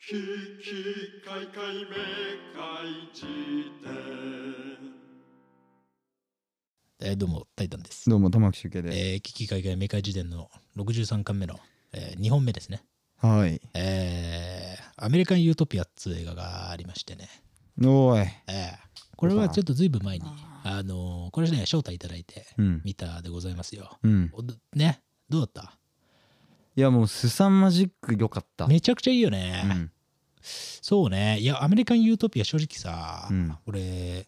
ひきかいかいめかいじえーどうも、タイタンです。どうも玉木周慶でえー、危機海外メーカー事典の63巻目の、えー2本目ですね。はいえー、アメリカン・ユートピアっつう映画がありましてね。おーいえー、これはちょっとずいぶん前に、あのーこれね、招待いただいてうん見たでございますよ。うんおどね、どうだっいやもうすさまじく良かったためちゃくちゃいいよね、うんそうね。いや、アメリカン・ユートピア正直さ、うん俺、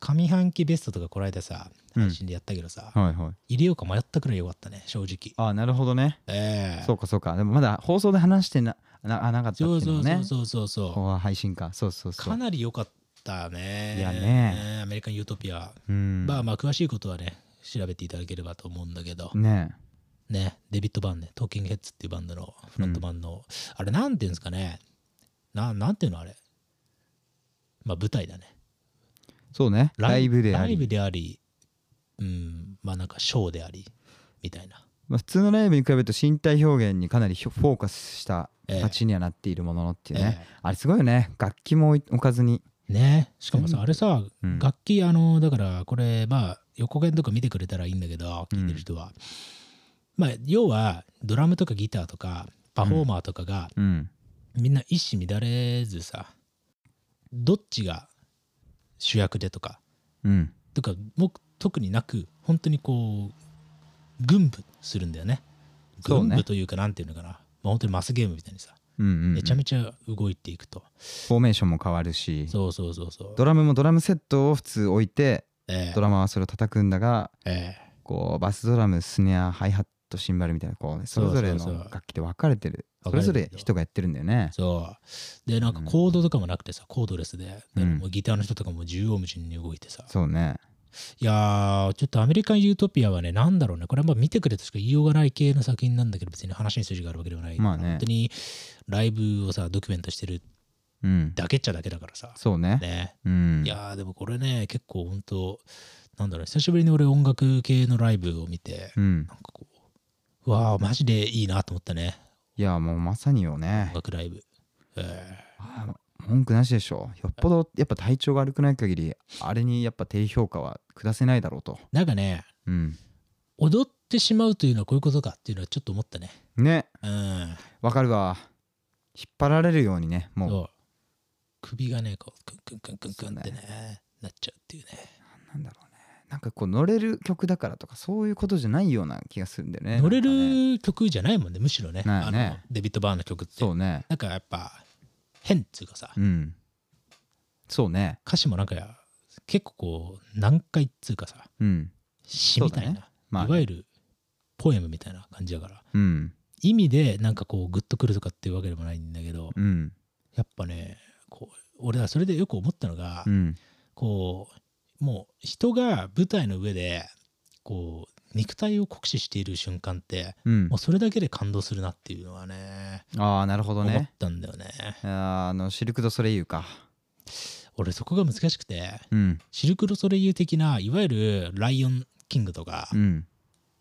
上半期ベストとかこの間さ、うん配信でやったけどさ、はいはい入れようか迷ったくらいよかったね、正直。ああなるほどねえーそうかそうかでもまだ放送で話してななあなかったっそていううのそうもねそうそうそうそうここは配信かそうそうそかうなり良かったねいやねえアメリカン・ユートピア、うんまあまあ詳しいことはね調べていただければと思うんだけど、ねねデビッド・バーンねトーキング・ヘッズっていうバンドのフロントマンの、あれなんていうんですかねななんていうのあれまあ舞台だねえそうねライブであライブりでありうんまあなんかショーでありみたいなまあ普通のライブに比べると身体表現にかなりひょフォーカスしたええ形にはなっているもののっていうね、えあれすごいよね楽器も置い置かずにねしかもさあれさ、うん楽器あのだからこれまあ横弦とか見てくれたらいいんだけど聞いてる人は、まあ要はドラムとかギターとかパフォーマーとかが、うんみんな一糸乱れずさどっちが主役でとかうんとかもう特になく本当にこう軍部するんだよねそう軍ね部というかなんていうのかな、まあ、本当にマスゲームみたいにさうんうん、うん、めちゃめちゃ動いていくと、フォーメーションも変わるしそうそうそうそうドラムもドラムセットを普通置いてええドラマはそれを叩くんだがええこうバスドラムスネアハイハットシンバルみたいなこう、ね、それぞれそうそうのそう楽器で分かれてる分そかれれてるぞれ人がやってるんだよねそう。で、なんかコードとかもなくてさ、コードレスで、だからもうギターの人とかも縦横無尽に動いてさ。そうねいやー、ちょっとアメリカン・ユートピアはね、なんだろうね、これはまあ見てくれとしか言いようがない系の作品なんだけど、別に話に筋があるわけではない。まあね本当にライブをさ、ドキュメントしてるうんだけっちゃだけだからさ。そうねね。うんいやー、でもこれね、結構本当なんだろう、久しぶりに俺音楽系のライブを見て、うんなんかこう、うわー、マジでいいなと思ったね、いやもうまさによね音楽ライブ。えあー文句なしでしょよっぽどやっぱ体調が悪くない限りあれにやっぱ低評価は下せないだろうとーなんかね、うん踊ってしまうというのはこういうことかっていうのはちょっと思ったね。ねうん。わかるわ引っ張られるようにねもうそう首がね、こう、クンクンクンクンクンってね、なっちゃうっていうね。なんだろうねなんかこう乗れる曲だからとかそういうことじゃないような気がするんだよね乗れなんかねる曲じゃないもんね、むしろね。ないねあのデビッド・バーンの曲って。そうねなんかやっぱ、変っていうかさ、うんそうね歌詞もなんかや、結構こう、難解っていうかさ、うん詩みたいそうな、だまあいわゆるポエムみたいな感じだから、うん意味でなんかこう、グッとくるとかっていうわけでもないんだけど、うんやっぱね、こう、俺はそれでよく思ったのが、うんこうもう人が舞台の上でこう肉体を酷使している瞬間ってうんもうそれだけで感動するなっていうのはねああなるほど思っねたんだよねあーあのシルク・ド・ソレイユか俺そこが難しくてうんシルク・ロソレイユ的ないわゆる「ライオン・キング」とか、うん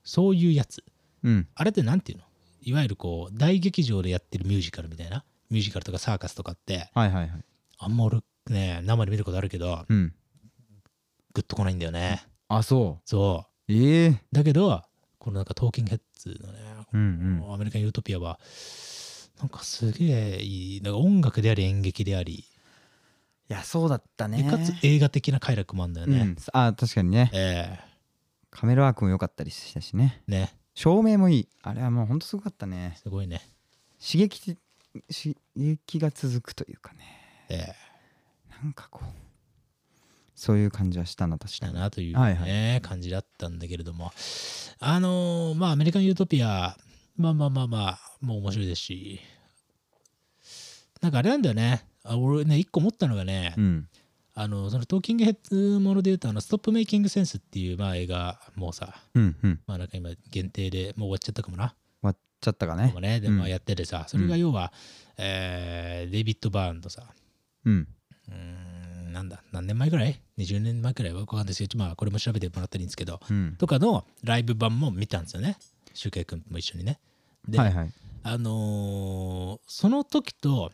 そういうやつうんあれってなんていうのいわゆるこう大劇場でやってるミュージカルみたいなミュージカルとかサーカスとかってはいはいはいあんま俺ね生で見ることあるけどうんグッとこないんだよねあそそうええうだけどこのなんかトーキングヘッズのねうんうんアメリカン・ユートピアは、なんかすげえいい、なんか音楽であり演劇であり、いやそうだったねかつ映画的な快楽もあんだよね。うん、あー確かにねえカメラワークも良かったりしたしねえね、照明もいいあれはもうほんとすごかったねすごいね。刺激刺激が続くというかねええなんかこうそういう感じはしたな確だかになというね、はい感じだったんだけれども、あのーまあ、アメリカン・ユートピア、まあまあまあまあ、もう面白いですし、なんかあれなんだよね、あ俺ね、一個思ったのがね、うんあのそのトーキングヘッズもので言うと、あのストップメイキングセンスっていう、まあ、映画もさ、うんうん終まあなんか今限定でもう終わっちゃったかもな。わっちゃったかねもね、でうんまあやっててさ、それが要は、えーデイビッド・バーンとさ、うんうーん、なんだ、何年前ぐらい ?20 年前ぐらいはわかんないですけど、まあこれも調べてもらったらいいんですけど、うんとかのライブ版も見たんですよね、シュウケイ君も一緒にね。で、はいはいあのーその時と、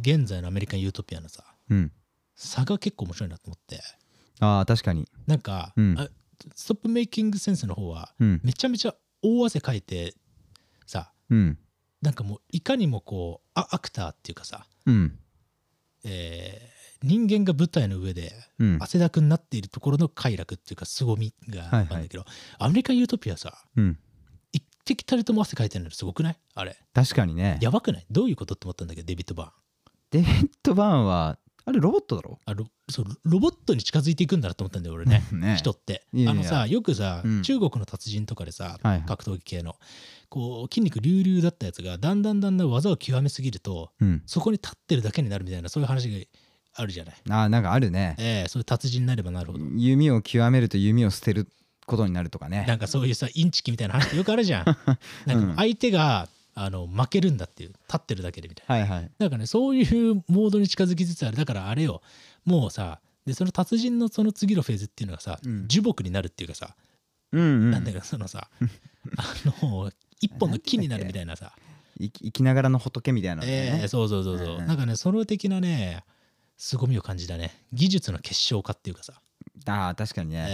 現在のアメリカン・ユートピアのさうん差が結構面白いなと思ってああ確かになんか、うんあストップメイキングセンスの方はうんめちゃめちゃ大汗かいてさうんなんかもういかにもこうあアクターっていうかさ、うんえー人間が舞台の上でうん汗だくになっているところの快楽っていうか凄みがあるんだけど、アメリカン・ユートピアさうん一滴たりとも汗かいてるのすごくないあれ確かにねやばくないどういうことって思ったんだけどデビット・バーンデビッド・バーンはあれロボットだろあロそうロボットに近づいていくんだなと思ったんだよ俺ねね人っていやいやあのさよくさ、うん中国の達人とかでさ、はいはい格闘技系のこう筋肉隆々だったやつがだんだんだんだん技を極めすぎるとうんそこに立ってるだけになるみたいなそういう話があるじゃない、ああなんかあるねええそういう達人になればなるほど、弓を極めると弓を捨てることになるとかねなんかそういうさインチキみたいな話ってよくある じゃんなんか相手があの負けるんだっていう立ってるだけでみたいなはいはいだからねそういうモードに近づきつつあるだからあれよもうさでその達人のその次のフェーズっていうのがさ、うん樹木になるっていうかさ、うんうなんだんかその さあの一本の木になるみたいなさ生き生きながらの仏みたいなのえねーそうそうそうそう、うんうんなんかねその的なね凄みを感じたね技術の結晶化っていうかさ、ああ確かにね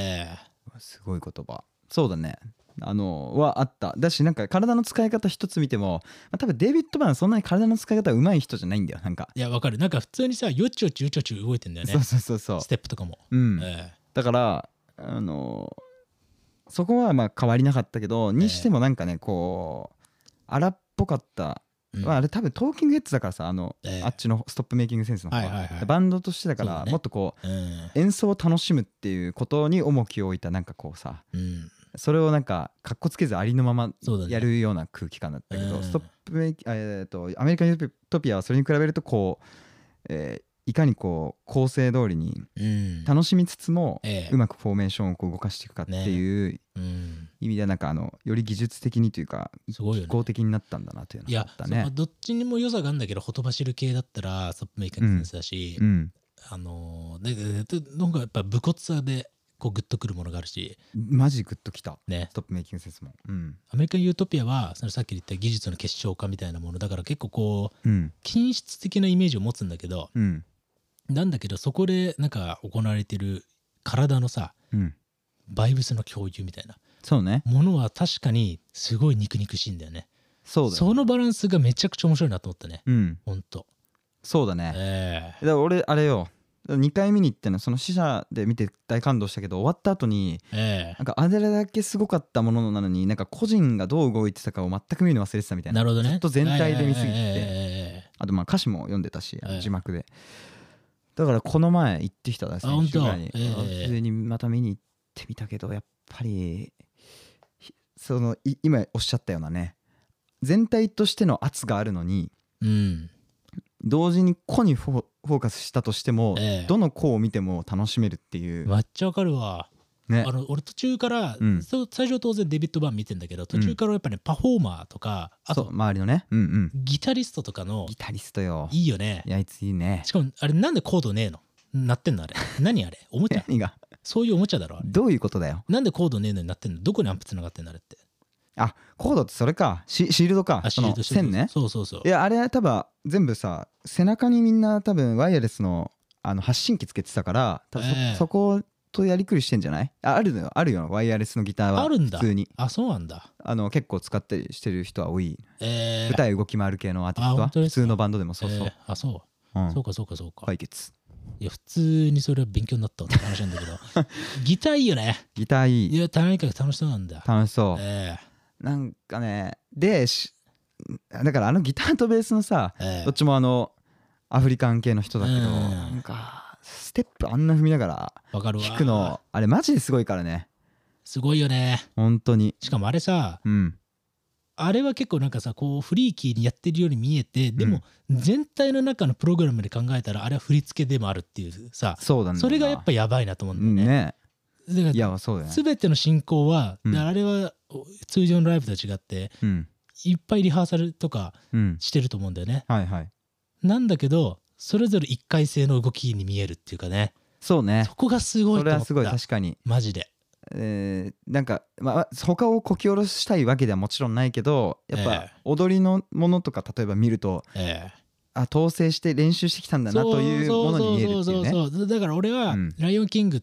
えすごい言葉そうだねあのはあっただしなんか体の使い方一つ見ても、まあ、多分デイビッド・バーンそんなに体の使い方うまい人じゃないんだよなんか、ーいやわかるなんか普通にさよちよちよちよち動いてんだよねそうそうそうそうステップとかも、うんえだからあのそこはまあ変わりなかったけどにしてもなんかねこう荒っぽかった、ーうんまあ、あれ多分トーキングヘッズだからさあの、ええあっちのストップメイキングセンスの方はいはいはいバンドとしてだそかうだらねもっとこううん演奏を楽しむっていうことに重きを置いたなんかこうさうんそれをなんかかっこつけずありのままそうだねやるような空気感だったけど、うんストップメイキあえーとアメリカン・ユートピアはそれに比べるとこう、えーいかにこう構成通りにうん楽しみつつも、ええうまくフォーメーションをこう動かしていくかっていううん意味ではなんかあのより技術的にというかすごいよね機構的になったんだなといいうのがあやっ、たそうまあね。どっちにも良さがあるんだけどほとばしる系だったらストップメイキングセンスだし、うん、あのーでででの方がやっぱ武骨さでこうグッとくるものがあるしマジグッときたねストップメイキングセンスも。うんアメリカン・ユートピアはそのさっき言った技術の結晶化みたいなものだから結構こううん均質的なイメージを持つんだけどうんなんだけどそこでなんか行われてる体のさうん、バイブスの共有みたいなそうねものは確かにすごい肉々しいんだよねそうだねのバランスがめちゃくちゃ面白いなと思ったねうん、ほんとそうだね。えだから俺あれよ2回見に行ってのその死者で見て大感動したけど終わった後にええなんかあれだけすごかったものなのになんか個人がどう動いてたかを全く見るの忘れてたみたえいななるほどねずっと全体で見すええぎてええええええあとまあ歌詞も読んでたしはい字幕で、だからこの前行ってきたですあ本ね当週間に、ええ普通にまた見に行ってみたけどやっぱりひそのい今おっしゃったようなね全体としての圧があるのにうん同時に個にフォフォーカスしたとしても、ええどの個を見ても楽しめるっていう、めっちゃわかるわねあの俺途中から、うんそう最初は当然デビッド・バーン見てんだけど途中からやっぱね、パフォーマーとかあそうと周りのねうんうんギタリストとかのギタリストよいいよねいやあいついいねしかもあれなんでコードねえのなってん のあれ何あれおもちゃ何がそういうおもちゃだろあれどういうことだよなんでコードねえのになってんのどこにアンプつながってんのあれってあコードってそれかシシールドかあそのシールド線ねそうそうそういやあれ多分全部さ背中にみんな多分ワイヤレスのあの発信機つけてたから多分そ,、ええそことやりくりしてんじゃないああるのよあるよワイヤレスのギターはあるんだ普通にあそうなんだあの結構使ったりしてる人は多いえー、舞台動き回る系のアーティストあは本当で普すか通のバンドでもそうそう、えーあそうう、んそうかそうかそうか、い、解決や普通にそれは勉強になったわって話なんだけど ギターいいよねギターいいいや何か楽しそうなんだ楽しそう、えなんかねでしだからあのギターとベースのさー、えどーっちもあのアフリカン系の人だけどうんなんかステップあんな踏みながらわかるわ弾くのあれマジですごいからねすごいよね本当にしかもあれさうんあれは結構なんかさこうフリーキーにやってるように見えてでも全体の中のプログラムで考えたらあれは振り付けでもあるっていうさそうだねそれがやっぱやばいなと思ううんんだよね。ねだいかやそうだらよね全ての進行は、うんであれはお通常のライブと違ってうんいっぱいリハーサルとかうんしてると思うんだよね。はいはいなんだけどそれぞれ一回性の動きに見えるっていうかねそうねそこがすごいとそれ思はっすごいた確かにマジで。えーなんかまあ他をこき下ろしたいわけではもちろんないけどやっえぱ踊りのものとか例えば見るとえあ統制して練習してきたんだなというものに見えるっていそうそうねうそうそうだから俺はうん「ライオンキング」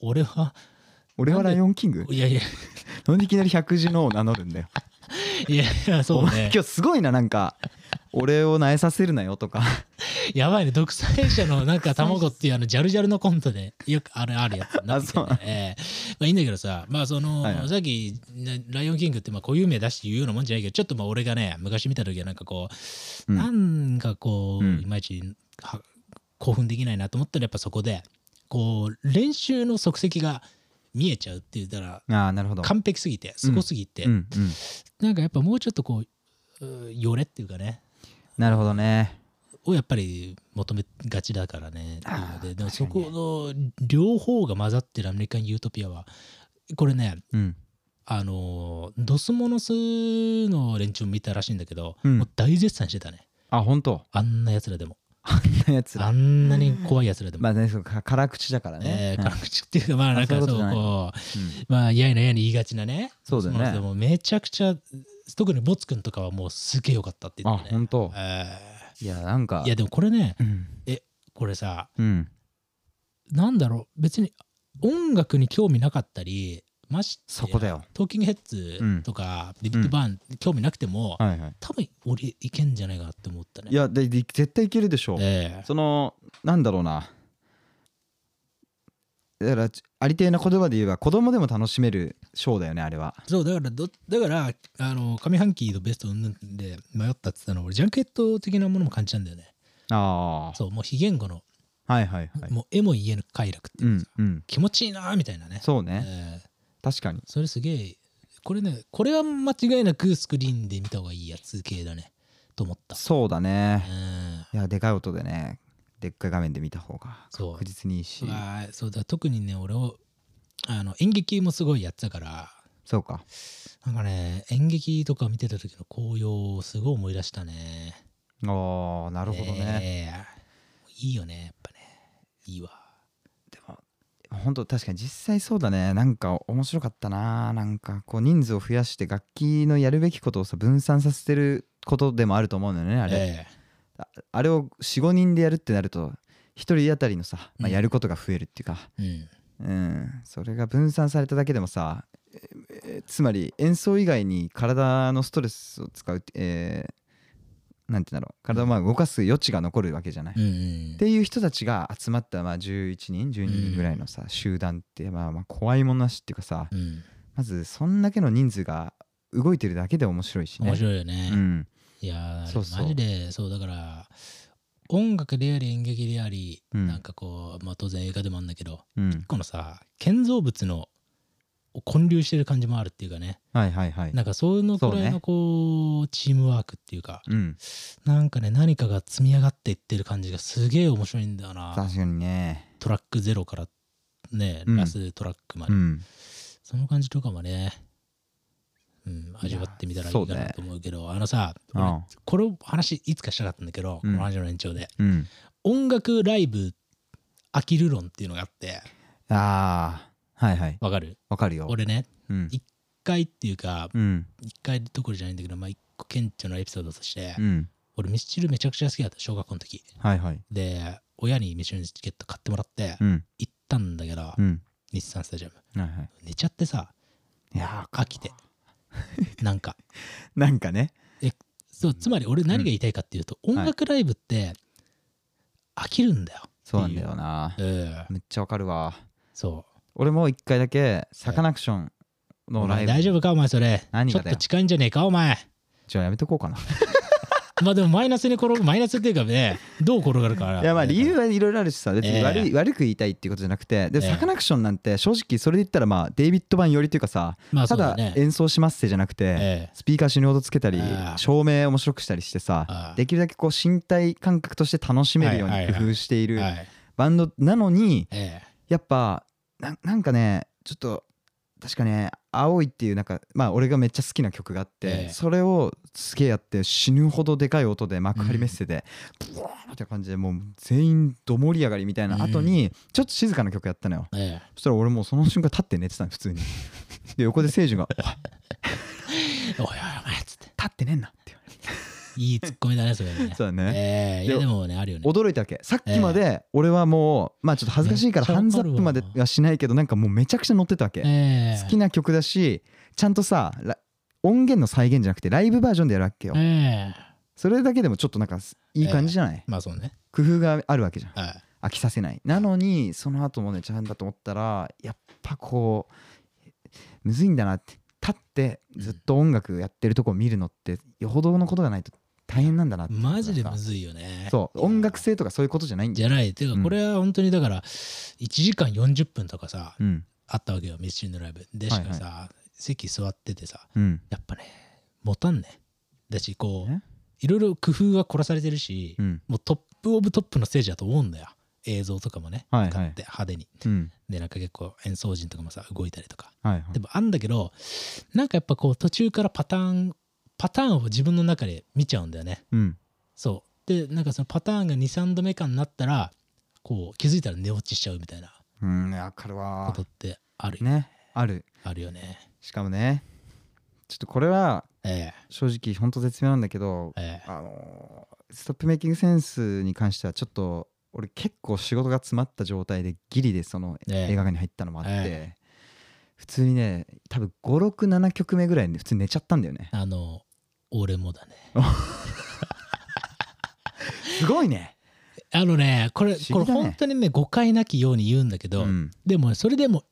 俺は俺はライオンキングいやいやなんでいきなり百字のを名乗るんだよいやいやそおう前ね今日すごいななんか俺をなえさせるなよ とかやばいね独裁者のなんか卵っていうあのジャルジャルのコントでよくあるあるやつになってきてねあそうええまあいいんだけどさまあその、はいはいさっきね「ライオンキング」ってまあ固有名出して言うようなもんじゃないけどちょっとまあ俺がね昔見た時はなんかこう、うんなんかこう、うんいまいちは興奮できないなと思ったらやっぱそこでこう練習の足跡が見えちゃうって言ったらああなるほど完璧すぎてすごすぎて、うんうんなんかやっぱもうちょっとこううーよれっていうかねなるほどねをやっぱり求めがちだからねっていうのあーででもそ確かにねこの両方が混ざってるアメリカン・ユートピアはこれねうんあのドスモノスの連中を見たらしいんだけど、うんもう大絶賛してたねあ本 当あんなやつらでもなやつらあんなに怖いやつらでも、 まあねそうか辛口だからえねーうん辛口っていうかまあなんかあそそうういうことじゃないこううんまあやいなやいな言いがちなねそうだよねドスモノスでもめちゃくちゃ特にボツくんとかはもうすげえよかったって言あってね本当えいやなんかーいやでもこれねうんこれさうんなんだろう別に音楽に興味なかったりましてそこだよトーキングヘッズとか、ビビッグバーン興味なくても、はいはい多分俺いけんじゃないかなって思ったねいやでで絶対いけるでしょうええそのなんだろうなだからありていな言葉で言えば子供でも楽しめるショーだよねあれはそうだからどだからあの上半期のベストうんぬんで迷ったって言ったの俺ジャンケット的なものも感じたんだよねあそうもう非言語の、あはいはいはいもう絵も言えぬ快楽ってういうかんさうん気持ちいいなーみたいなねそうねええ確かにそれすげえこれねこれは間違いなくスクリーンで見た方がいいやつ系だねと思ったそうだねうんいやでかい音でねでっかい画面で見た方がそう確実にいいしまあそうだ特にね俺をあの演劇もすごいやってたからそうかなんかね演劇とか見てた時の紅葉をすごい思い出したねああなるほどねねいいよねやっぱねいいわでも本当確かに実際そうだねなんか面白かったななんかこう人数を増やして楽器のやるべきことをさ分散させてることでもあると思うんだよねああれ、えああれを45人でやるってなると1人当たりのさ、うまあ、んやることが増えるっていうか、えうんそれが分散されただけでもさええつまり演奏以外に体のストレスを使うって、えーなんて言うんだろう体をまあ動かす余地が残るわけじゃない。うんうっんうんていう人たちが集まったまあ11人12人ぐらいのさ集団ってまあまあ怖いものなしっていうかさうんまずそんだけの人数が動いてるだけで面白いしね。面白いよね、うんいやーそうそうマジでそうだから音楽であり演劇であり、うんなんかこう、まあ、当然映画でもあるんだけどうん、このさ建造物の混流してる感じもあるっていうかねはいはいはい。なんかそういうのくらそいうのねこうチームワークっていうかうんなんかね何かが積み上がっていってる感じがすげえ面白いんだよな確かにね。トラックゼロからねうんラストラックまで、うん、その感じとかもね、うん、味わってみたらいいかなと思うけどあのさ俺あこれ話いつかしたかったんだけど、うんこの話の延長でうん、音楽ライブ飽きる論っていうのがあってあーはいはいわかるわかるよ。俺ねうん一回っていうかうん一回どころじゃないんだけどまあ一個顕著なエピソードとして、うん俺ミスチルめちゃくちゃ好きだった小学校の時はいはいで親にミスチルのチケット買ってもらってうん行ったんだけど、うん日産スタジアムはいはい寝ちゃってさいやー飽きてなんかなんかねそうつまり俺何が言いたいかっていうと、ん音楽ライブって飽きるんだよ、そうなんだよなうんめっちゃわかるわそ俺も一回だけサカナクションうおのライ前ブ大丈夫かお前それ何ちょがっだとよ近いんじゃねえかお前じゃあやめとこうかなまあでもマイナスに転 ぶマイナスっていうかねどう転がるかいやまあ理由はいろいろあるしさ別ええに悪い悪く言いたいっていうことじゃなくてでええサカナクションなんて正直それで言ったらまあデイビッド版よりというかさまあそたうだだね演奏しますってじゃなくて、ええスピーカー死ぬほどつけたりああ照明面白くしたりしてあさあできるだけこう身体感覚として楽しめるようはいにはいはい工夫しているはいバンドなのにえやっぱななんかねちょっと確かね「青い」っていうなんかまあ俺がめっちゃ好きな曲があっええてそれをすげえやって死ぬほどでかい音で幕張メッセでブワーって感じでもう全員ど盛り上がりみたいな後にちょっと静かな曲やったのよ。ええそしたら俺もうその瞬間立って寝てたの普通に。で横で聖樹が「おいえおいおいお前っつって立ってねんな」って言われて。いいツッコミだね、それね。そうだねええいやででもね、あるよね。驚いたわけさっきまで俺はもうまあちょっと恥ずかしいからめっちゃハわかンるズわアップまではしないけどなんかもうめちゃくちゃ乗ってたわけええ好きな曲だしちゃんとさラ音源の再現じゃなくてライブバージョンでやるわけよええそれだけでもちょっとなんかいい感じじゃないまあそうね。工夫があるわけじゃんはい。飽きさせないなのにその後もねちゃんだと思ったらやっぱこうむずいんだなって立ってずっと音楽やってるとこを見るのってよほどのことがないと大変なんだなってマジでむずいよね。そう音楽性とかそういうことじゃないんだじよゃない。ていううか、んこれは本当にだから、1時間40分とかさ、うんあったわけよ、ミッシンのライブ。で、しかさ、席座っててさ、うんやっぱね、持たんね。だし、こうえ、いろいろ工夫が凝らされてるし、うんもうトップオブトップのステージだと思うんだよ。映像とかもね、はいはい使って派手に。うんで、なんか結構演奏陣とかもさ、動いたりとか。はいはいでもあんだけど、なんかやっぱこう、途中からパターン、パターンを自分の中で見ちゃうんだよね。うんそう。で、なんかそのパターンが2、3度目かになったら、こう、気づいたら寝落ちしちゃうみたいなうんわかるこわとってあるよね。ねあるあるよね。しかもねちょっとこれはえ正直ほんと絶妙なんだけどえええあのーストップメイキングセンスに関してはちょっと俺結構仕事が詰まった状態でギリでそのええ映画館に入ったのもあって、え普通にね多分567曲目ぐらいで普通に寝ちゃったんだよねあの、俺もだね。 すごいねあのね、これ、不こ思れ議だね本当にね、誤解なきように言うんだけど、うんでもねそれでも、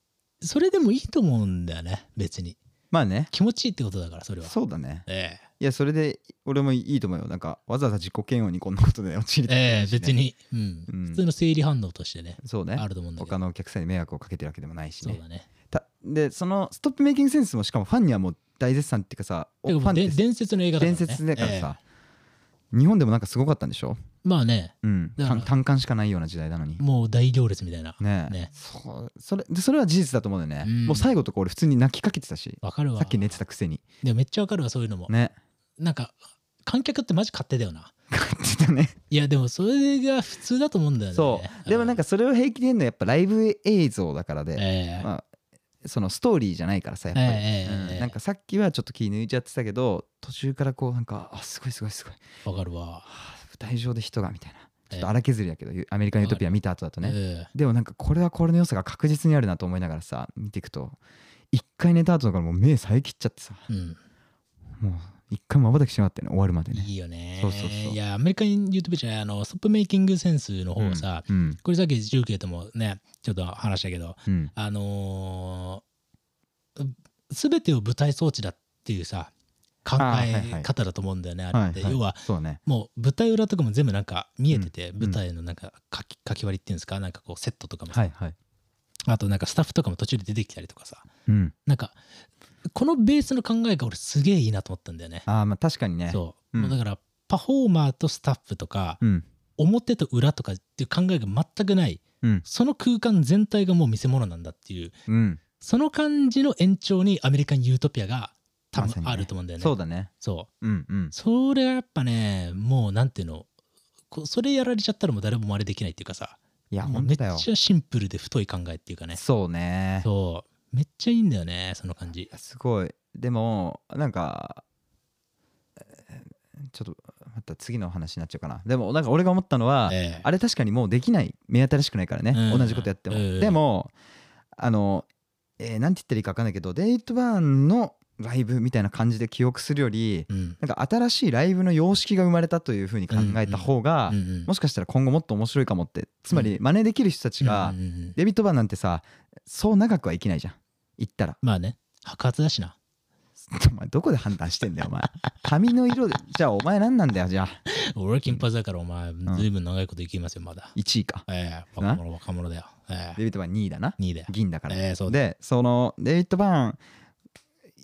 それでもいいと思うんだよね、別に。まあね気持ちいいってことだから、それは。そうだねえいやそれで俺もいいと思うよなんかわざわざ自己嫌悪にこんなことで陥えれてええしね別に、うん、うん普通の生理反応としてね、そうねあると思うんだけど。他のお客さんに迷惑をかけてるわけでもないしそうねだね。たでそのストップメイキングセンスもしかもファンにはもう大絶賛っていうかさおてフかァもンうってで伝説の映画だから伝ね。説だからさえ、日本でもなんかすごかったんでしょ、えまあね、うん、だから単単管しかないような時代なのにもう大行列みたいな。ねえねそうそれでそれは事実だと思うんだよね、うんもう最後とか俺普通に泣きかけてたしわかるわ。さっき寝てたくせにでもめっちゃわかるわ、そういうのも。ねなんか、観客ってマジ勝手だよな。感じたねいや、でもそれが普通だと思うんだよね。そうでもなんか、かそれを平気で言うのはやっぱライブ映像だからで、ええまあ、そのストーリーじゃないからさやっぱり、ええええうんなんかさっきはちょっと気抜いちゃってたけど途中からこうなんかあすごいすごいすごいわかるわ。舞台上で人がみたいなちょっええと荒削りだけど、アメリカン・ユートピア見た後だとね、ええでもなんかこれはこれの良さが確実にあるなと思いながらさ見ていくと一回寝た後だからもう目遮切っちゃってさうん、もう一回まばたきしなかったよね終わるまでねいいよね。そうそうそういや、アメリカン YouTube じゃない、あの、ストップメイキングセンスの方はさ、うんこれさっき中継ともね、ちょっと話したけど、うんあのすべてを舞台装置だっていうさ、考あーはいはえい方だと思うんだよね、あはれっいて。い要は、そうねもう舞台裏とかも全部なんか見えてて、ん舞台のなんか書き書き割りっていうんですか、なんかこうセットとかもさ、はいはいあとなんかスタッフとかも途中で出てきたりとかさ、うんなんか、このベースの考えが俺すげえいいなと思ったんだよね。ああまあ確かにねそう、うんもうだからパフォーマーとスタッフとか、うん表と裏とかっていう考えが全くないうんその空間全体がもう見せ物なんだっていううんその感じの延長にアメリカン・ユートピアが多まさ分にねあると思うんだよね。そうだねそううんうんそれはやっぱねもうなんていうのこそれやられちゃったらもう誰も真似できないっていうかさいやもう本め当っだよちゃシンプルで太い考えっていうかねそうねそうめっちゃいいんだよねその感じいやすごいでもなんかえーちょっとまた次の話になっちゃうかなでもなんか俺が思ったのは、ええあれ確かにもうできない目新しくないからね、うん同じことやっても、うんでもあの、えーなんて言ったらいいか分かんないけどデイトバーンのライブみたいな感じで記憶するよりうんなんか新しいライブの様式が生まれたというふうに考えた方が、うんうんもしかしたら今後もっと面白いかもってつまり真似できる人たちが、うんうんうんデビットバーンなんてさそう長くは生きないじゃん言ったらまあね白髪だしな お前どこで判断してんだよお前髪の色でじゃあお前何なんだよじゃあ俺は金髪だからお前、ずいぶん長いこと生きますよ、まだ。 1位かええな若者、若者だよ。ええデビットバーン2位だな2位だよ。銀だから、ええそうだでそのデイビッド・バーン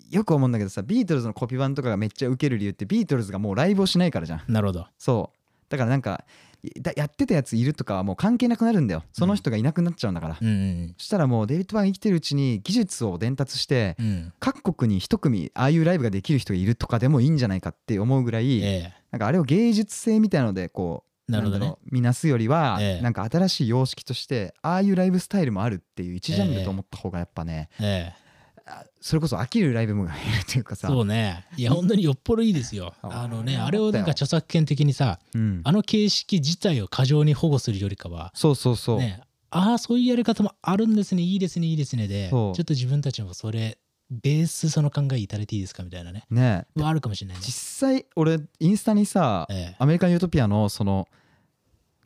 よく思うんだけどさビートルズのコピー版とかがめっちゃウケる理由ってビートルズがもうライブをしないからじゃんなるほど。そうだからなんかいだやってたやついるとかはもう関係なくなるんだよその人がいなくなっちゃうんだから、うんうんそしたらもうデイビッド・バーン生きてるうちに技術を伝達して、うん。うん。各国に一組ああいうライブができる人がいるとかでもいいんじゃないかって思うぐらい、えなんかあれを芸術性みたいなのでこうなるほどねんだろう見なすよりは、ええなんか新しい様式としてああいうライブスタイルもあるっていう一ジャンルと思った方がやっぱね、ええあそれこそ飽きるライブも減るというかさそうねいや本当によっぽどいいですよあのねあーあれをなんか著作権的にさうんあの形式自体を過剰に保護するよりかはそうそうそう、ねああそういうやり方もあるんですねいいですねいいですねでちそょうっと自分たちもそれベースその考え至れていいですかみたいなねねはあるかもしれないね、実際俺インスタにさええアメリカン・ユートピアのその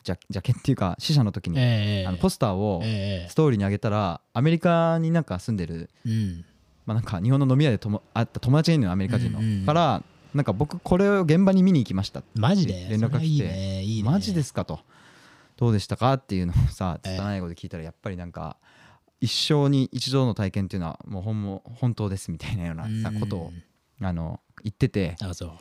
ジャジャケっていうか死者の時に、ええあのポスターをえストーリーに上げたらアメリカになんか住んでる、えうんまあ、なんか日本の飲み屋でとも会った友達がいるのよアメリカ人の、うんうんうんからなんか僕これを現場に見に行きましたマジで連絡それが来てはいいねいいねマジですすかとどうでしたかっていうのをさ ええ拙い語で聞いたらやっぱりなんか一生に一度の体験っていうのはもうほんも本当ですみたいなようなさことをあの言っててあそう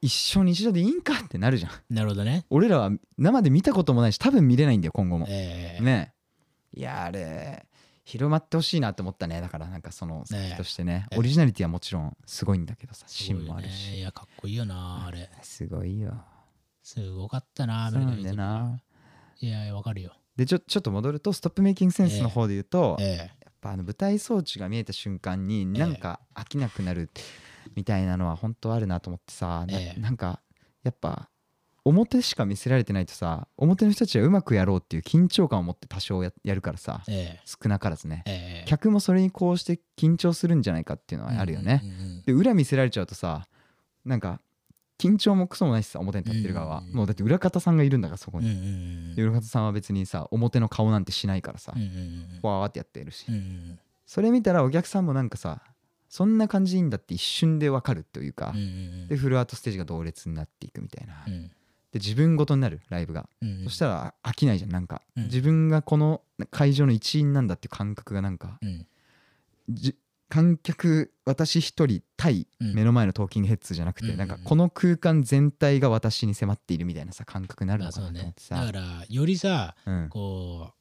一生に一度でいいんかってなるじゃんなるほどね俺らは生で見たこともないし多分見れないんだよ今後もええねいやあれ広まってほしいなって思ったねだからなんかそのね先としてねええオリジナリティはもちろんすごいんだけどさすごい芯よもあるねいしやかっこいいよなあれすごいよすごかったなアそうメリカなん人だよないやいやわかるよでちょちょっと戻るとストップメイキングセンスの方で言うと、えやっぱあの舞台装置が見えた瞬間になんか飽きなくなるみたいなのは本当あるなと思ってさ、なええなんかやっぱ表しか見せられてないとさ表の人たちはうまくやろうっていう緊張感を持って多少ややるからさええ少なからずねえええ客もそれにこうして緊張するんじゃないかっていうのはあるよねうんうんうんで裏見せられちゃうとさなんか緊張もクソもないしさ表に立ってる側はうんもうだって裏方さんがいるんだからそこうんうにんで裏方さんは別にさ表の顔なんてしないからさうんうんわーってやってるしうんうんそれ見たらお客さんもなんかさそんな感じいいんだって一瞬でわかるというかうんうんうんでフルアートステージが同列になっていくみたいなうでん自分ごとになるライブがうんそしたら飽きないじゃんなんかうん自分がこの会場の一員なんだっていう感覚がなんからうんじ観客私一人対うん目の前のトーキングヘッズじゃなくうんてうんなんかこの空間全体が私に迫っているみたいなさ感覚になまるのあかそなうと思っねてださからよりさうんこう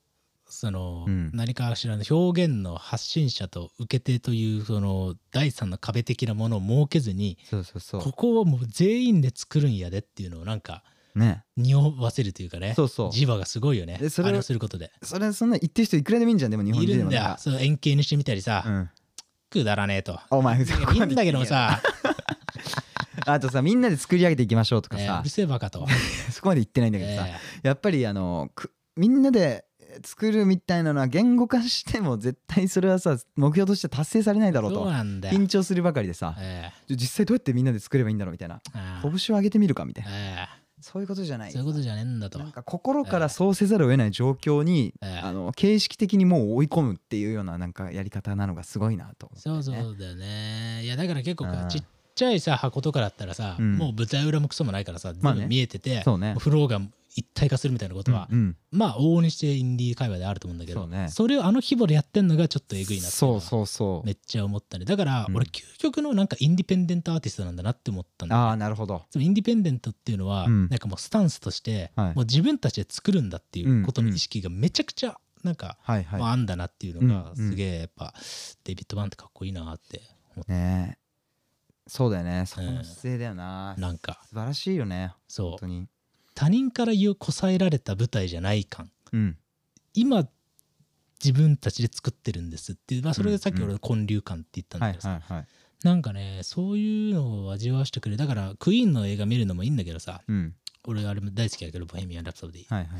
その、うん何かしらの表現の発信者と受け手というその第三の壁的なものを設けずにそうそうそここをもう全員で作るんやでっていうのをなんかうね匂わせるというかねそうそう磁場がすごいよねでそれあれをすることでそれそんな言ってる人いくらでもいいんじゃんでも日本い人るでんもだよなんかそう円形にしてみたりさ、うんくだらねえとお前ふざけんないいいんだけどさ、あとさみんなで作り上げていきましょうとかえーさうる、せえバカと、そこまで言ってないんだけどえさ、やっぱりあのくみんなで作るみたいなのは言語化しても絶対それはさ目標として達成されないだーろうそうとなんだよ、緊張するばかりでさえじゃ実際どうやってみんなで作ればいいんだろうみたいなーあ拳ーを上げてみるかみたいなえそういうことじゃなーいそういうことじゃねえんだとなんか心からそうせざるを得ない状況に、えーあの形式的にもう追い込むっていうようななんかやり方なのがすごいなと思って、ね、そうそうだよね。いやだから結構うかんちっちゃいさ箱とかだったらさ、うんもう舞台裏もクソもないからさ、まあ全ね部見えてて、そうねもうフローが一体化するみたいなことは、うんまあ往々にしてインディー界隈であると思うんだけどそうねれをあの規模でやってんのがちょっとえぐいなっていのそはうそうそうめっちゃ思ったね。だからうん俺究極のなんかインディペンデントアーティストなんだなって思ったんだ。ああなるほどつまりインディペンデントっていうのは、うんなんかもうスタンスとして、はいもう自分たちで作るんだっていうことの意識がめちゃくちゃなんか、はいはい、まあ、あんだなっていうのが、うんうんすげえやっぱデビッド・バーンってかっこいいなって思っねえそうだよねそこの姿勢だよな、たなんか素晴らしいよねそ本当うに他人から言うこさえられた舞台じゃない感うん今自分たちで作ってるんですっていう、まあ、それでさっきうん俺の建立感って言ったんはだいけどさ、はいはいなんかねそういうのを味わわしてくれるだからクイーンの映画見るのもいいんだけどさうん俺あれも大好きだけど「ボヘミアン・ラプソディ」はいはいう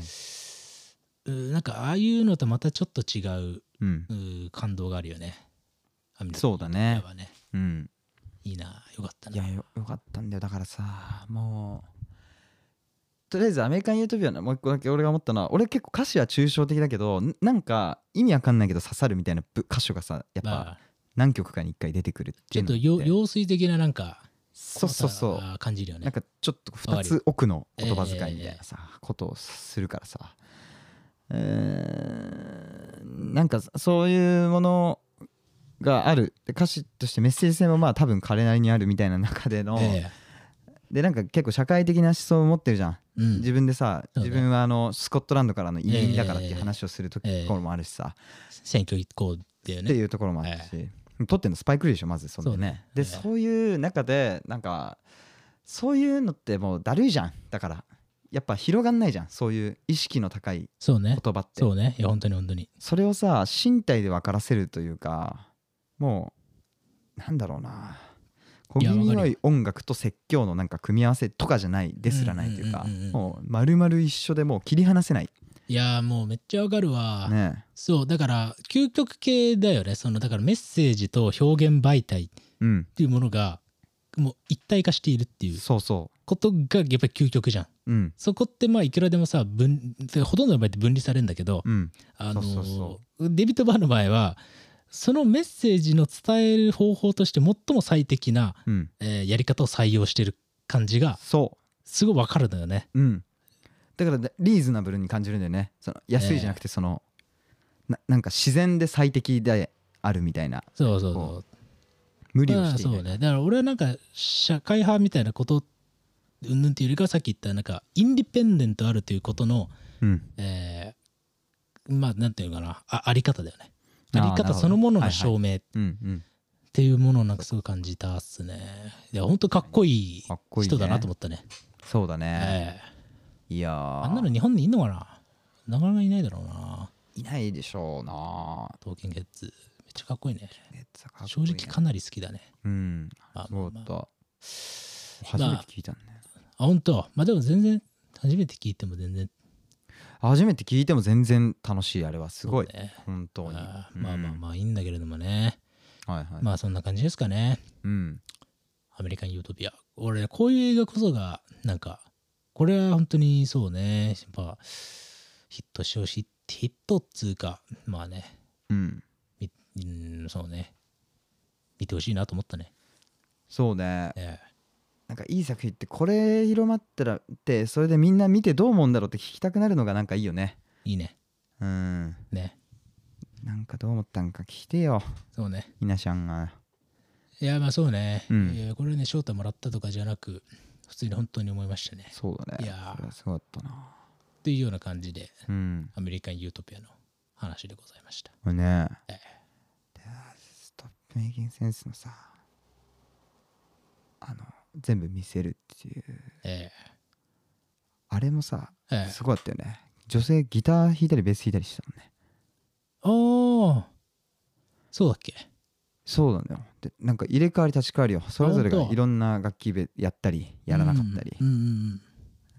ーなんかああいうのとまたちょっと違ううんうー感動があるよねアミノそうだねはねうんいいなよかったいなやよよかったんだよだからさもうとりあえずアメリカン・ユートピアのもう一個だけ俺が思ったのは俺結構歌詞は抽象的だけどんなんか意味わかんないけど刺さるみたいなぶ箇所がさやっまぱあ何曲かに一回出てくるってちいょうっのとってよ用水的ななんかそうそうそ怖うさが感じるよなんねかちょっとわ2かるつよ奥の言葉遣いみたいなさ、ことをするからさうーんなんかそういうものがあるで歌詞としてメッセージ性もまあ多分彼なりにあるみたいな中での、ええでなんか結構社会的な思想を持ってるじゃん、うん自分でさ、そうね自分はあのスコットランドからの移民だからっていえうえ話をすると,、ええところもあるしさ、選挙行こうっていうってね。いうところもあるし、撮ってんのスパイクリーでしょまずそんなそうねねで、ええそういう中でなんかそういうのってもうだるいじゃんだからやっぱ広がんないじゃんそういう意識の高いそうね。言葉ってそうね。いや、本当に本当に。それをさ身体で分からせるというかもうなんだろうない小や気味わか良るい音楽と説教のなんか組み合わせとかじゃないですらないというかうんうんうんうんもう丸々一緒でもう切り離せないいやーもうめっちゃわかるわ、ねそうだから究極系だよねそのだからメッセージと表現媒体っうんていうものがもう一体化しているっていうそうそことがやっぱり究極じゃんううんそこってまあいくらでもさ分ほとんどの場合って分離されるんだけど、うんあのそうそうそデビッド・バーンの場合はそのメッセージの伝える方法として最も最適な、うんえーやり方を採用してる感じがそすごいわかるのよね。ううんだからねリーズナブルに感じるんだよねその安いじゃなくてそのななんか自然で最適であるみたいなそうそうこそう無理をまあしていそないうねだから俺はなんか社会派みたいなことうんぬんっていうよりかはさっき言ったなんかインディペンデントあるということの、うんえーまあなんていうのかなああり方だよねあーありなるほ方どそのものはのいはい証明っうんうんていうものをなんかすごい感じたっすねいや本当かっこいいかっこいいね人だなと思ったねそうだねえいやーえあんなの日本にいんのかななかなかいないだろうないないでしょうな刀剣ゲッツめっちゃかっこいいねめっちゃかっこいいね正直かなり好きだねうんあそうだった、まあ初めて聞いたね、あ本当まあでも全然初めて聞いても全然初めて聞いても全然楽しいあれはすごい、そうね本当にあーうんまあまあまあいいんだけれどもね、はいはい、まあそんな感じですかねうんアメリカン・ユートピア俺こういう映画こそがなんかこれは本当にそうねやっぱヒットしてほしいヒットっつうかまあねうんみうんそうね見てほしいなと思ったね、そうねえなんかいい作品ってこれ広まったらってそれでみんな見てどう思うんだろうって聞きたくなるのがなんかいいよねえいいねうんねなんかどう思ったんか聞いてよそうね稲ちゃんがいやまあそうね、うんいやこれね招待もらったとかじゃなく普通に本当に思いましたねそうだねいやーそれはすごかったなというような感じでうんアメリカン・ユートピアの話でございましたこれねええストップメイキングセンスのさあの全部見せるっていうえあれもさえええすごかったよね女性ギター弾いたりベース弾いたりしてたもんねああそうだっけそうなんだよでなんか入れ替わり立ち替わりをそれぞれほんがといろんな楽器べやったりやらなかったり、うんうんうん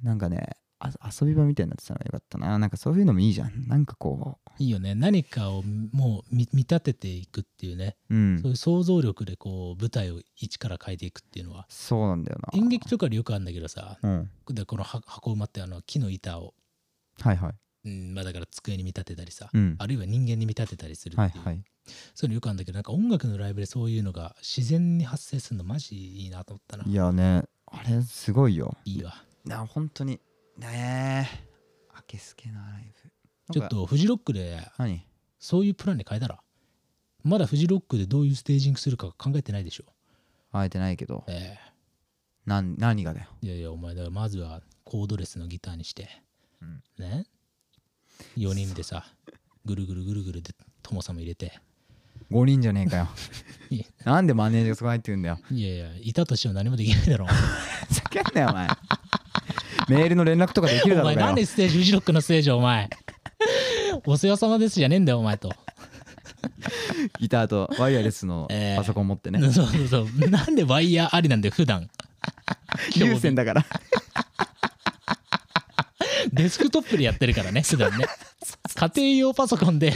なんかねあ遊び場みたいになってたのがよかったななんかそういうのもいいじゃんなんかこいいよね何かをもう見見立てていくっていうね、ううんそういう想像力でこう舞台を一から変えていくっていうのはそうなんだよな演劇とかでよくあるんだけどさうんでこのは箱馬ってあの木の板を、はいはいうんまあ、だから机に見立てたりさ、うんあるいは人間に見立てたりするってい、はいうはいそういうのよくあるんだけどなんか音楽のライブでそういうのが自然に発生するのマジいいなと思ったないやねあれすごいよいいわな本当にねえあけすけなライブちょっなんかとフジロックで何そういうプランに変えたらまだフジロックでどういうステージングするか考えてないでしょ会えてないけどえなん何がだよえいやいやお前だからまずはコードレスのギターにして、うんね4人でさぐるぐるぐるぐるでトモさんも入れて5人じゃね えかよいなんでマネージャーがそこ入ってるんだよいやいやいたとしても何もできないだろふざけんなよお 前メールの連絡とかできるだおろ前うが何よでステージフジロックのステージお前お世話様ですじゃねえんだよお前と、ギターとワイヤレスのええパソコン持ってね、 そうそうそうなんでワイヤーありなんだよ普段 有線だからデスクトップでやってる からね、普段ね。家庭用パソコンで。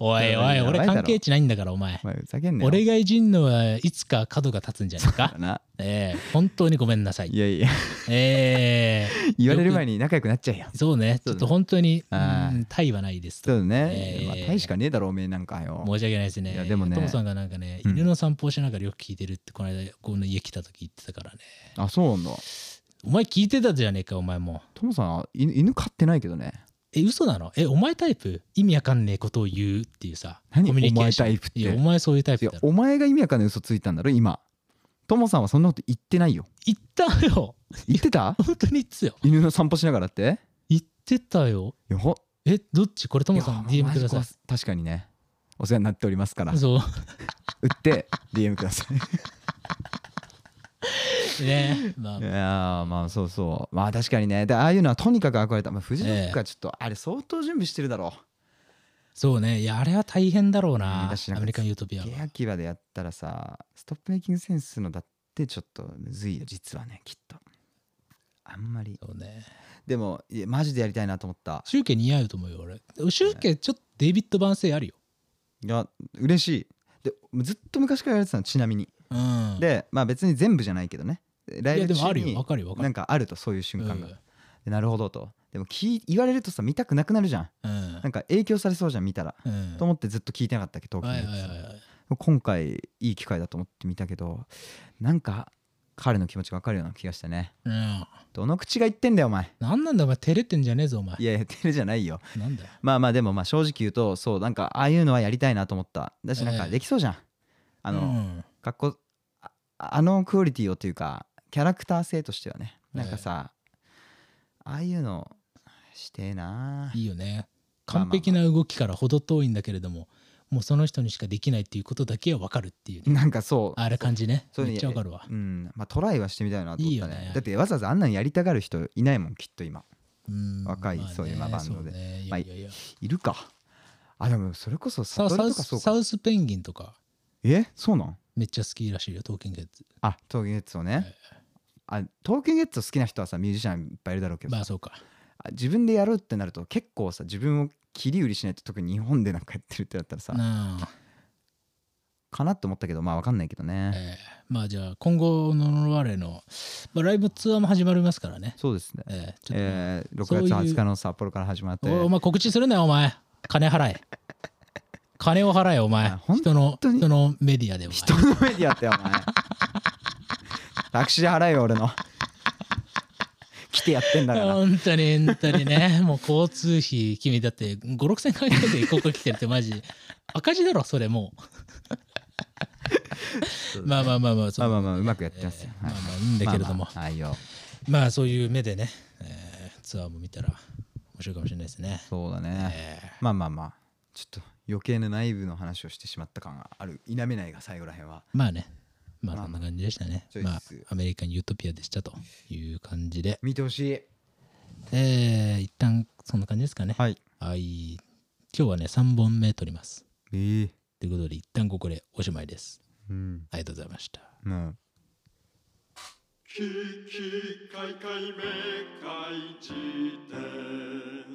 おいおい、俺関係値ないんだから、お前お。前ふざけんなよ俺がいじんのはいつか角が立つんじゃないかだ。なええ本当にごめんなさい。いや いやええ 言われる前に仲良くなっちゃえよそうね、ちょっと本当に、うあーん、対はないですと。そうだね、ええまあ大しかねえだろおめえなんかよ申し訳ないですね。いやでもねトムさんがなんかね、うん犬の散歩をしながらよく聞いてるって、この間、この家来た時言ってたからね。あそうなんだお前聞いてたじゃねえか、お前も。トモさん犬犬飼ってないけどねえ嘘なのえお前タイプ意味わかんねえことを言うっていうさ何コミュニケーションお前タイプっていやお前そういうタイいプやだろお前が意味わかんない嘘ついたんだろ今トモさんはそんなこと言ってない よ言ったよ言ってた本当に言ってたよ犬の散歩しながらって言ってたよよほえどっちこれトトモさん DM ください確かにねお世話になっており ますから打っそて DM ください いうねまあやーまあそうそうまあ確かにねでああいうのはとにかく憧れた、まあ、フジロックはちょっと、あれ相当準備してるだろうそうねいやあれは大変だろうなだしなんアかメリカン・ユートピアはゲアキバでやったらさストップメイキングセンスのだってちょっとむずいよ実はねきっとあんまりそうねでもいやマジでやりたいなと思ったシュウケ似合うと思うよ俺シュウケちょっとデイビッド版性あるよいや嬉しいでずっと昔からやってたのちなみに、うんでまあ別に全部じゃないけどねラいイやでブも中あるよにわかるよわかなるんかあるとそういう瞬間が、うんでなるほどとでも聞い言われるとさ見たくなくなるじゃんうんなんか影響されそうじゃん見たら、うんと思ってずっと聞いてなかったっけ東京はのいはやいつはいはい今回いい機会だと思って見たけどなんか彼の気持ちが分かるような気がしたねうんどの口が言ってんだよお前なんなんだお前照れてんじゃねえぞお前いやいや照れじゃないよなんだよまあまあでもまあ正直言うとそうなんかああいうのはやりたいなと思っただしなんえかえできそうじゃん、あの、うんかっこああのクオリティをというかキャラクター性としてはねなんかさ、ああいうのしてえないいよねまあまあまあ完璧な動きから程遠いんだけれどももうその人にしかできないっていうことだけはわかるっていうねなんかそうあれ感じねそういうめのっちゃわかるわうんまあトライはしてみたいなと思ったねいいよねだってわざわざあんなんやりたがる人いないもんきっと今うん若いねそういうまあバンドでそうねいまやあいやいやいるかあでもそれこそササウトサルウとかそスうかサウスペンギンとかえそうなんめっちゃ好きらしいよトーキングヘッズあトーキングヘッズをね、あトーキングヘッズを好きな人はさミュージシャンいっぱいいるだろうけどさ、まあそうかあ自分でやるってなると結構さ自分を切り売りしないと特に日本でなんかやってるってなったらさ、なあかなって思ったけどまあわかんないけどね、ええまあじゃあ今後のノロワレの、まあ、ライブツアーも始まりますからねそうですね、ええちょっとねえー、6そういう月20日の札幌から始まっておいお前告知するなよお前金払え金を払えお前あ本人の当に人のメディアでお前人のメディアってお前タクシー払えよ俺の来てやってん だから本当に本当にね もう交通費君だって5 6千回かけてここ来てるってマ ジ赤字だろそれもうまあまあまあまあまそあうまあまあうまくやってますよ、まあはいまあいいんだけれどもまあまあはいよまあそういう目でね、えーツアーも見たら面白いかもしれないですねそうだね、えまあまあまあちょっと余計な内部の話をしてしまった感がある否めないが最後らへんはまあねまあまあそんな感じでしたねちょいまあずつアメリカンユートピアでしたという感じで見てほしいえー一旦そんな感じですかねはいはい今日はね3本目撮りますええということで一旦ここでおしまいですうんありがとうございましたうん「ききかいかいめかいじ典」